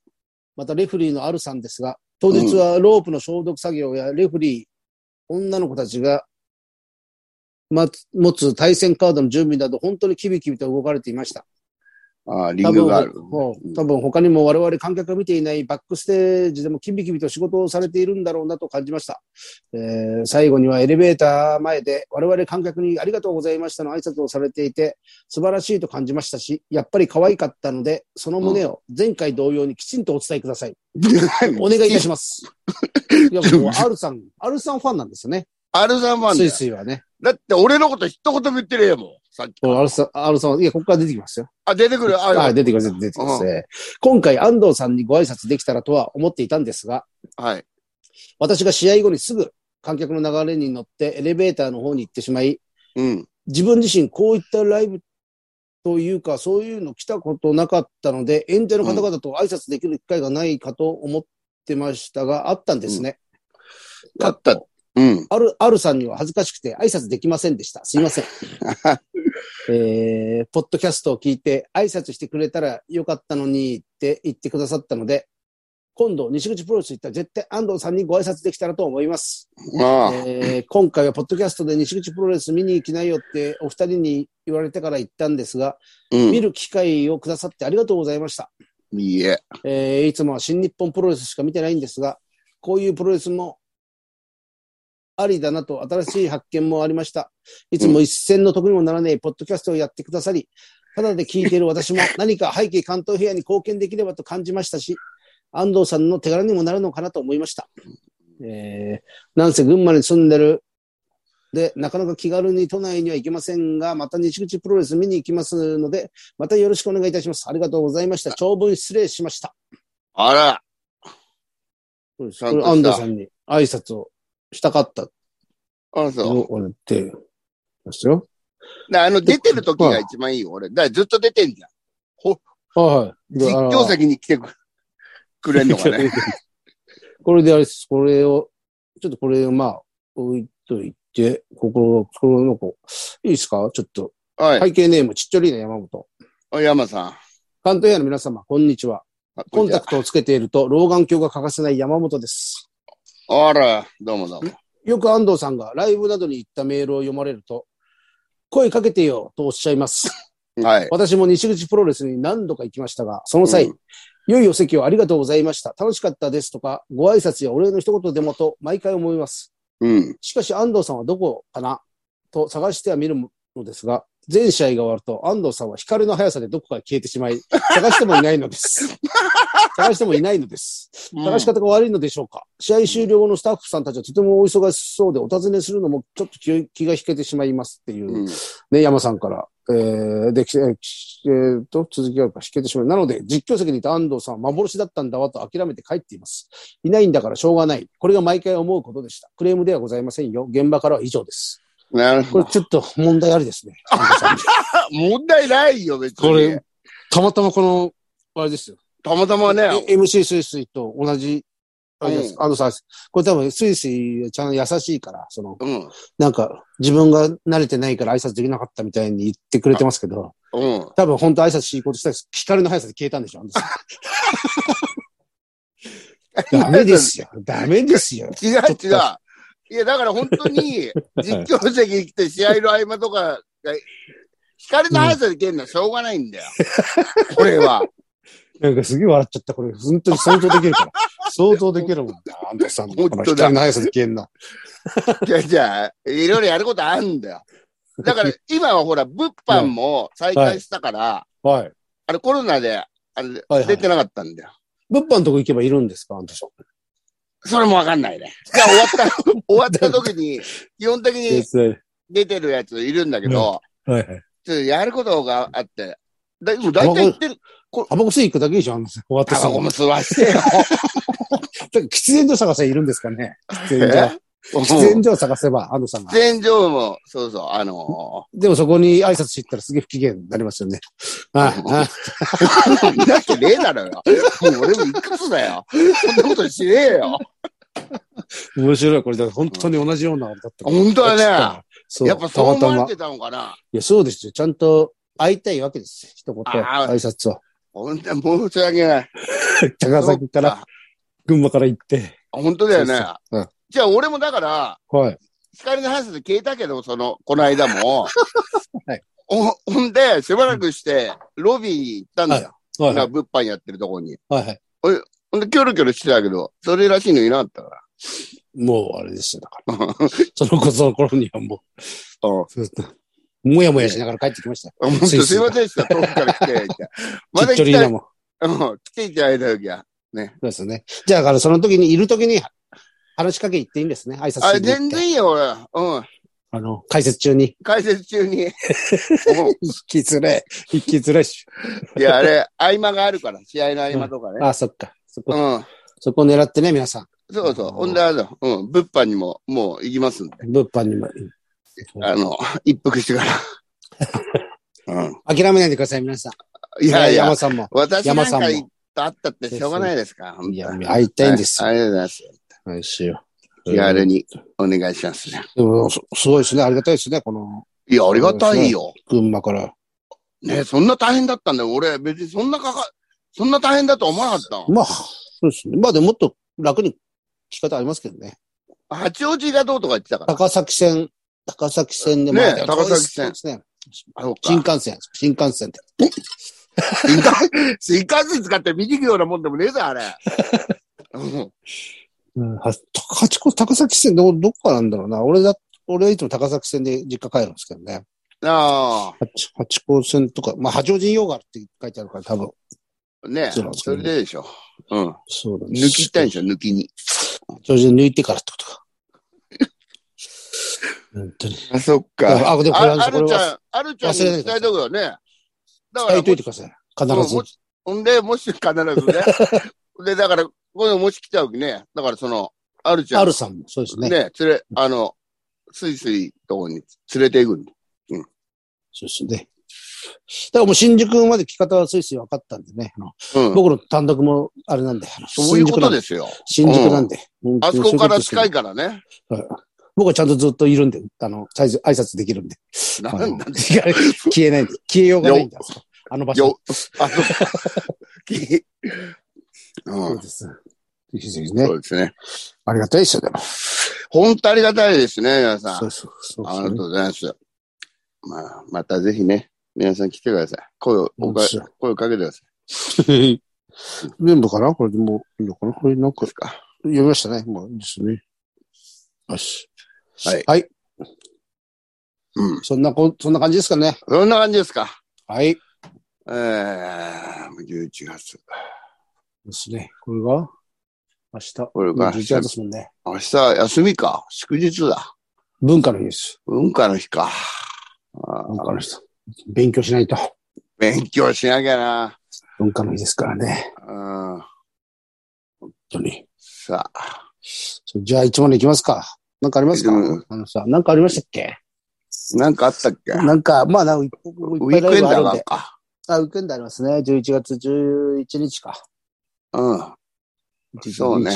Speaker 1: またレフリーのあるさんですが、当日はロープの消毒作業やレフリー、女の子たちが、ま、持つ対戦カードの準備など、本当にキビキビと動かれていました。
Speaker 2: ああ、リングがある。
Speaker 1: 多分多分他にも我々観客が見ていないバックステージでもキビキビと仕事をされているんだろうなと感じました。えー最後にはエレベーター前で我々観客にありがとうございましたの挨拶をされていて素晴らしいと感じましたし、やっぱり可愛かったので、その旨を前回同様にきちんとお伝えください。お願いいたし ます。いや、もう、アルさん、アルさんファンなんですよね。
Speaker 2: アルザンマン
Speaker 1: ス
Speaker 2: だ
Speaker 1: イ
Speaker 2: よ。
Speaker 1: スイはね。
Speaker 2: だって俺のこと一言も言ってねえよもん。さっき。
Speaker 1: アルさん、アルさんは、いや、ここから出てきますよ。
Speaker 2: あ、出てくる。あ、
Speaker 1: はい、出てきます、出てきます。えー今回、安藤さんにご挨拶できたらとは思っていたんですが、
Speaker 2: はい。
Speaker 1: 私が試合後にすぐ観客の流れに乗ってエレベーターの方に行ってしまい、
Speaker 2: うん。
Speaker 1: 自分自身こういったライブというか、そういうの来たことなかったので、演者の方々と挨拶できる機会がないかと思ってましたが、あったんですね。
Speaker 2: だった。うん。
Speaker 1: ある、あるさんには恥ずかしくて挨拶できませんでした。すいま せん。えー、ポッドキャストを聞いて挨拶してくれたらよかったのにって言ってくださったので、今度、西口プロレス行ったら絶対安藤さんにご挨拶できたらと思います。
Speaker 2: ああ。
Speaker 1: えー今回はポッドキャストで西口プロレス見に行きなよってお二人に言われてから行ったんですが、
Speaker 2: う
Speaker 1: 見
Speaker 2: ん。
Speaker 1: る機会をくださってありがとうございました。
Speaker 2: いいえ。
Speaker 1: えーいつもは新日本プロレスしか見てないんですが、こういうプロレスもありだなと、新しい発見もありました。いつも一戦の得にもならないポッドキャストをやってくださり、ただで聞いている私も何か背景関東平野に貢献できればと感じましたし、安藤さんの手柄にもなるのかなと思いました。えー、なんせ群馬に住んでる、で、なかなか気軽に都内には行けませんが、また西口プロレス見に行きますので、またよろしくお願いいたします。ありがとうございました。長文失礼しました。
Speaker 2: あら。
Speaker 1: そうです。
Speaker 2: ちゃんとした
Speaker 1: アンダさんに挨拶をしたかったって
Speaker 2: あそう。
Speaker 1: 言われてましたよ。
Speaker 2: であの、出てる時が一番いいよ、俺。だからずっと出てんじゃん。
Speaker 1: はい。
Speaker 2: 実況席に来てくくれんのかね。
Speaker 1: これであれです。これを、ちょっとこれをまあ、置いといて、ここ、このの子、いいですかちょっと。
Speaker 2: はい。
Speaker 1: 背景ネーム、ちっちゃりな山本。
Speaker 2: お山さん。
Speaker 1: 関東屋の皆様、こんにちは。
Speaker 2: あこ
Speaker 1: コ
Speaker 2: ん
Speaker 1: ン
Speaker 2: にち
Speaker 1: タ
Speaker 2: は
Speaker 1: クトをつけていると、老眼鏡が欠かせない山本です。
Speaker 2: あら、どうもどうも。
Speaker 1: よく安藤さんがライブなどに行ったメールを読まれると、声かけてよとおっしゃいます。
Speaker 2: はい。
Speaker 1: 私も西口プロレスに何度か行きましたが、その際、
Speaker 2: うん
Speaker 1: 良いお席をありがとうございました。楽しかったですとか、ご挨拶やお礼の一言でもと毎回思います。
Speaker 2: うん。
Speaker 1: しかし安藤さんはどこかなと探しては見るのですが、全試合が終わると安藤さんは光の速さでどこかへ消えてしまい、探してもいないの です。探してもいないのです。探し方が悪いのでしょうか、試合終了後のスタッフさんたちはとてもお忙しそうでお尋ねするのもちょっと気気が引けてしまいますっていう。
Speaker 2: うん。
Speaker 1: ね、山さんから。えー、で、きえーきえーと、続きがあるから引けてしまう。なので、実況席にいた安藤さんは幻だったんだわと諦めて帰っています。いないんだからしょうがない。これが毎回思うことでした。クレームではございませんよ。現場からは以上です。
Speaker 2: なる
Speaker 1: こ
Speaker 2: ほ
Speaker 1: れ
Speaker 2: ど。
Speaker 1: ちょっと問題ありですね。安藤さん
Speaker 2: 問題ないよ、別に。
Speaker 1: これ、たまたまこの、あれですよ。
Speaker 2: たまたまね。
Speaker 1: え MC スイスイと同じ、あれです。安藤さんです。これ多分スイスイちゃん優しいから、その、
Speaker 2: うん。
Speaker 1: なんか自分が慣れてないから挨拶できなかったみたいに言ってくれてますけど。
Speaker 2: うん。
Speaker 1: 多分本当挨拶しようとしたら、光の速さで消えたんでしょ、あのさ ダメですよ。ダメですよ。
Speaker 2: 違う違う。いや、だから本当 に、実況席に来て試合の合間とかが、光の速さで蹴るのはしょうがないん だよ。これは。
Speaker 1: なんかすげえ笑っちゃった。これ、本当に想像できるから。想像できるもん。なんでさ、こ
Speaker 2: 本当だ
Speaker 1: の光の速さで消えんな。
Speaker 2: じゃあ、じゃあ、いろいろやることあるんだよ。だから、今はほら、物販も再開したから、
Speaker 1: はい。
Speaker 2: あれコロナで、あれ、
Speaker 1: はい
Speaker 2: 出てなかったんだよ。
Speaker 1: 物販のとこ行けばいるんですか、あんたさん。
Speaker 2: それもわかんない ね。じゃあ終わった、終わった時に、基本 的に
Speaker 1: はい
Speaker 2: 出てるやついるんだけど、
Speaker 1: はい。
Speaker 2: ちょっとやることがあって、だもう大体言ってる。
Speaker 1: タバコ吸い行くだけでしょ、あんたさん。終わった
Speaker 2: タ
Speaker 1: さ
Speaker 2: バ
Speaker 1: ん。だ
Speaker 2: コ
Speaker 1: か
Speaker 2: も吸わしてよ。
Speaker 1: ら喫煙所探せいるんですか ね。喫煙所。喫
Speaker 2: 全
Speaker 1: 煙所を探せば、あのさんが。
Speaker 2: 然上も、そうそう、あの
Speaker 1: でもそこに挨拶し行ったらすげえ不機嫌になりますよね。はい。はい
Speaker 2: ー、 だってねえだろよ。もう俺もいくつだよ。そんなことしねえよ。
Speaker 1: 面白い。これ、だから本当に同じようなのだったから。
Speaker 2: 本当だね。
Speaker 1: そう。
Speaker 2: やっぱそう
Speaker 1: た
Speaker 2: 思
Speaker 1: また
Speaker 2: わ
Speaker 1: ま。
Speaker 2: れてたのかな。
Speaker 1: いや、そうですよ。ちゃんと会いたいわけですよ。一言、
Speaker 2: あ
Speaker 1: 挨
Speaker 2: ー
Speaker 1: 拶を。
Speaker 2: 本当に申し訳ない。
Speaker 1: 高崎から、群馬から行って。
Speaker 2: 本当だよね
Speaker 1: そう。そううん
Speaker 2: じゃあ俺もだから、
Speaker 1: はい。
Speaker 2: 光の話で消えたけど、その、この間も。
Speaker 1: はい
Speaker 2: おほんで、しばらくして、ロビーに行ったんだよ。
Speaker 1: はいは。
Speaker 2: ない物販やってるとこに。
Speaker 1: はいはい。
Speaker 2: ほんで、キョロキョロしてたけど、それらしいのいなかったか
Speaker 1: もう、あれですよ。だから。そのこその頃にはも
Speaker 2: ら。うん。
Speaker 1: う、もやもやしながら帰ってきましたよ。
Speaker 2: 本当
Speaker 1: スイス
Speaker 2: すいませんでした。遠くから来 て。ま
Speaker 1: ち
Speaker 2: だ
Speaker 1: っちょ
Speaker 2: 来
Speaker 1: りー
Speaker 2: た
Speaker 1: ナ、も。
Speaker 2: うん、来ていただいた時は。
Speaker 1: そうですよね。じゃあ、だからその時に、いる時に、話しかけ行っていいんですね。挨拶しに行っ
Speaker 2: あ、
Speaker 1: て
Speaker 2: 全然いいよ、俺。うん。
Speaker 1: あの、解説中に。
Speaker 2: 解説 中に。うん
Speaker 1: 引きづれ。引きづれし。
Speaker 2: いや、あれ、合間があるから、試合の合間とかね。
Speaker 1: あ、そっか。そこ、
Speaker 2: うん。
Speaker 1: そこ狙ってね、皆さ
Speaker 2: そうそう。ほんで、あの、うん、物販にも、もう行きますんで。
Speaker 1: ん。物販にも。
Speaker 2: あの、一服して から。うん。
Speaker 1: 諦めないでください、皆さん。
Speaker 2: いやいや
Speaker 1: 山、さんも。
Speaker 2: 私なん
Speaker 1: 山さんも
Speaker 2: か行ったったってしょうがないですから。
Speaker 1: いや、
Speaker 2: 本当
Speaker 1: 会いたいんですよ。
Speaker 2: はいありがとうございます。
Speaker 1: はい、しよう。
Speaker 2: 気軽にお願いしますね。
Speaker 1: でもすすごいですね。ありがたいですね。この、
Speaker 2: いや、ありがたいよ。
Speaker 1: 群馬から。
Speaker 2: ね、そんな大変だったんだよ。俺、別にそんなかか、そんな大変だと思わなかったの。
Speaker 1: まあ、そうですね。まあ、でももっと楽に聞き方ありますけどね。
Speaker 2: 八王子がどうとか言ってたから。
Speaker 1: 高崎線、高崎線で
Speaker 2: ね
Speaker 1: まあ
Speaker 2: 高崎線
Speaker 1: そうですね。
Speaker 2: あ、そう
Speaker 1: 新
Speaker 2: か。
Speaker 1: 幹線、新幹線で。
Speaker 2: 新幹線、新幹線使って見に行くようなもんでもねえぞ、あれ。うん
Speaker 1: うん、は高高高崎線ど、どこかなんだろうな。俺だ、俺はいつも高崎線で実家帰るんですけどね。
Speaker 2: あ
Speaker 1: 八八高線とか、まあ、八王子用があるって書いてあるから多分。
Speaker 2: あ、ね
Speaker 1: そうなんです
Speaker 2: そ
Speaker 1: よね
Speaker 2: れででしょ。うん。
Speaker 1: そうだ
Speaker 2: 抜きたいんでしょ、抜きに。
Speaker 1: 八王子抜いてからってことか。本当に。
Speaker 2: あ、そっ
Speaker 1: あ、でもこれ
Speaker 2: あ
Speaker 1: は、
Speaker 2: あ
Speaker 1: こ
Speaker 2: る
Speaker 1: れ
Speaker 2: ちゃ
Speaker 1: は
Speaker 2: ん、あるちゃんに伝えとくよね。だから
Speaker 1: 伝え
Speaker 2: も
Speaker 1: とい
Speaker 2: し、
Speaker 1: てください。必ず
Speaker 2: も。しほんで、もし必ずね。 で、だから、こういうのもし来たわけね。だからその、あるちゃん。
Speaker 1: あるさんもそうですね。
Speaker 2: ね。連れ、あの、スイスイとこに連れていくんだ。
Speaker 1: そうですね。だからもう新宿まで来方はスイスイ分かったんでね。あの
Speaker 2: うん。
Speaker 1: 僕の単独もあれなんで。。
Speaker 2: そういうことですすよ。
Speaker 1: 新宿なんで。本
Speaker 2: あ
Speaker 1: 当にそ
Speaker 2: そ
Speaker 1: ういう
Speaker 2: こ
Speaker 1: と
Speaker 2: か
Speaker 1: で
Speaker 2: ら
Speaker 1: すけど
Speaker 2: 近いからね。
Speaker 1: 僕はちゃんとずっといるんで、あの、サイズ挨拶できるんで。
Speaker 2: な
Speaker 1: あの
Speaker 2: ん だ
Speaker 1: 消えないんで。消えようがないんだ。あの場所
Speaker 2: よ。、あそこ。きう。
Speaker 1: そうんです。ぜひぜひね
Speaker 2: そ。うですね。
Speaker 1: ありがたいですよ、でも。
Speaker 2: 本当ありがたいですね、皆さん
Speaker 1: そ。うそうそう
Speaker 2: あり
Speaker 1: そ
Speaker 2: が
Speaker 1: う
Speaker 2: とう。ございます。まあ、またぜひね、皆さん来てください。声を、おか
Speaker 1: そうで
Speaker 2: 声をかけてください。
Speaker 1: 全部かなこれでもういいのかなこれなん
Speaker 2: どう
Speaker 1: か
Speaker 2: ですか。
Speaker 1: 読みましたね。もうですね。よし。
Speaker 2: はい
Speaker 1: はい。
Speaker 2: うん。
Speaker 1: そんなこ、そんな感じですかね。
Speaker 2: そんな感じですか。
Speaker 1: はい。
Speaker 2: えー、11月。
Speaker 1: ですね。これが、明日。
Speaker 2: これが
Speaker 1: 11月ですもんね。
Speaker 2: 明日休みか。祝日だ。
Speaker 1: 文化の日です。
Speaker 2: 文化の日か。あ
Speaker 1: 文
Speaker 2: ー
Speaker 1: 化の日だ勉強しないと。
Speaker 2: 勉強しなきゃな。
Speaker 1: 文化の日ですからね。
Speaker 2: うん。
Speaker 1: 本当に。
Speaker 2: さあ。
Speaker 1: そうじゃあ、いつもの行きますか。なんかありますか、
Speaker 2: うん
Speaker 1: あのさ、なんかありましたっけ
Speaker 2: なんかあったっけウ
Speaker 1: なんか、まあ、なんかいっ
Speaker 2: ィ
Speaker 1: ぱい
Speaker 2: ー
Speaker 1: ラ
Speaker 2: クエ
Speaker 1: イ
Speaker 2: ン
Speaker 1: ブあ
Speaker 2: ダ
Speaker 1: るん
Speaker 2: ー
Speaker 1: で。
Speaker 2: か。
Speaker 1: あ、ウィークエンドありますね。11月11日か。
Speaker 2: うん。そうね。。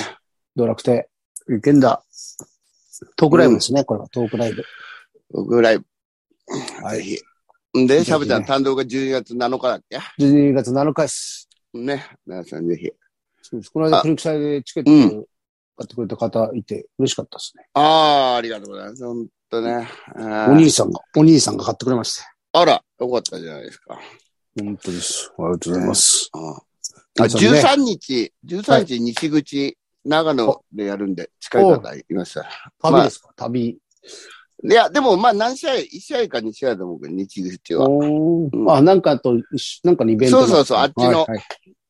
Speaker 1: 道楽亭、ウィークエンダー。トークライブですね、これはトークライブ。
Speaker 2: 僕ら、ぜ
Speaker 1: はい
Speaker 2: ひ。で、
Speaker 1: ぜひね
Speaker 2: しゃぶちゃん単独が12月7日だっけ
Speaker 1: 12月7日です。
Speaker 2: ね。皆さんぜひ。
Speaker 1: そうですこの間、
Speaker 2: あ
Speaker 1: 古着祭でチケットを買ってくれた方いて嬉しかったですね。
Speaker 2: ああ、ありがとうございます。本当ね。あー
Speaker 1: お兄さんが、お兄さんが買ってくれまして。
Speaker 2: あら、よかったじゃないですか。
Speaker 1: 本当です。ありがとうございます。
Speaker 2: うんあ
Speaker 1: 皆さんね
Speaker 2: 13日、13日、西口、長野でやるんで、近い方いました。
Speaker 1: 旅ですか、旅。
Speaker 2: いや、でもまあ何試合、1試合か2試合だと思うけど、西口は。
Speaker 1: おー
Speaker 2: うん
Speaker 1: あ、なんかと一緒、なんかのイベントが
Speaker 2: そうそうそうあっちの
Speaker 1: はいはい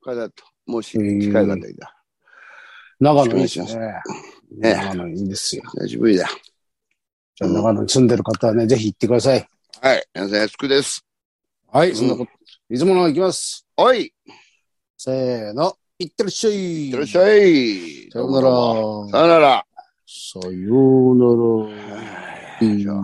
Speaker 2: これだと、もし
Speaker 1: へー
Speaker 2: 近い方いた。
Speaker 1: 長野いいですね。
Speaker 2: ね
Speaker 1: 長野いいですよ。
Speaker 2: 久しぶりだ。
Speaker 1: じゃあ長野に住んでる方はね、ぜひ行ってください。
Speaker 2: はい、皆さん、安くです。
Speaker 1: は
Speaker 2: う
Speaker 1: い、
Speaker 2: ん
Speaker 1: そんなこと。いつもの行きます。
Speaker 2: おい、い
Speaker 1: せーの。行ってらっしゃい。
Speaker 2: ってらっしゃい。
Speaker 1: さような
Speaker 2: どう
Speaker 1: ら。
Speaker 2: もどうもさよなら。
Speaker 1: さようなら。
Speaker 2: はいよいしょ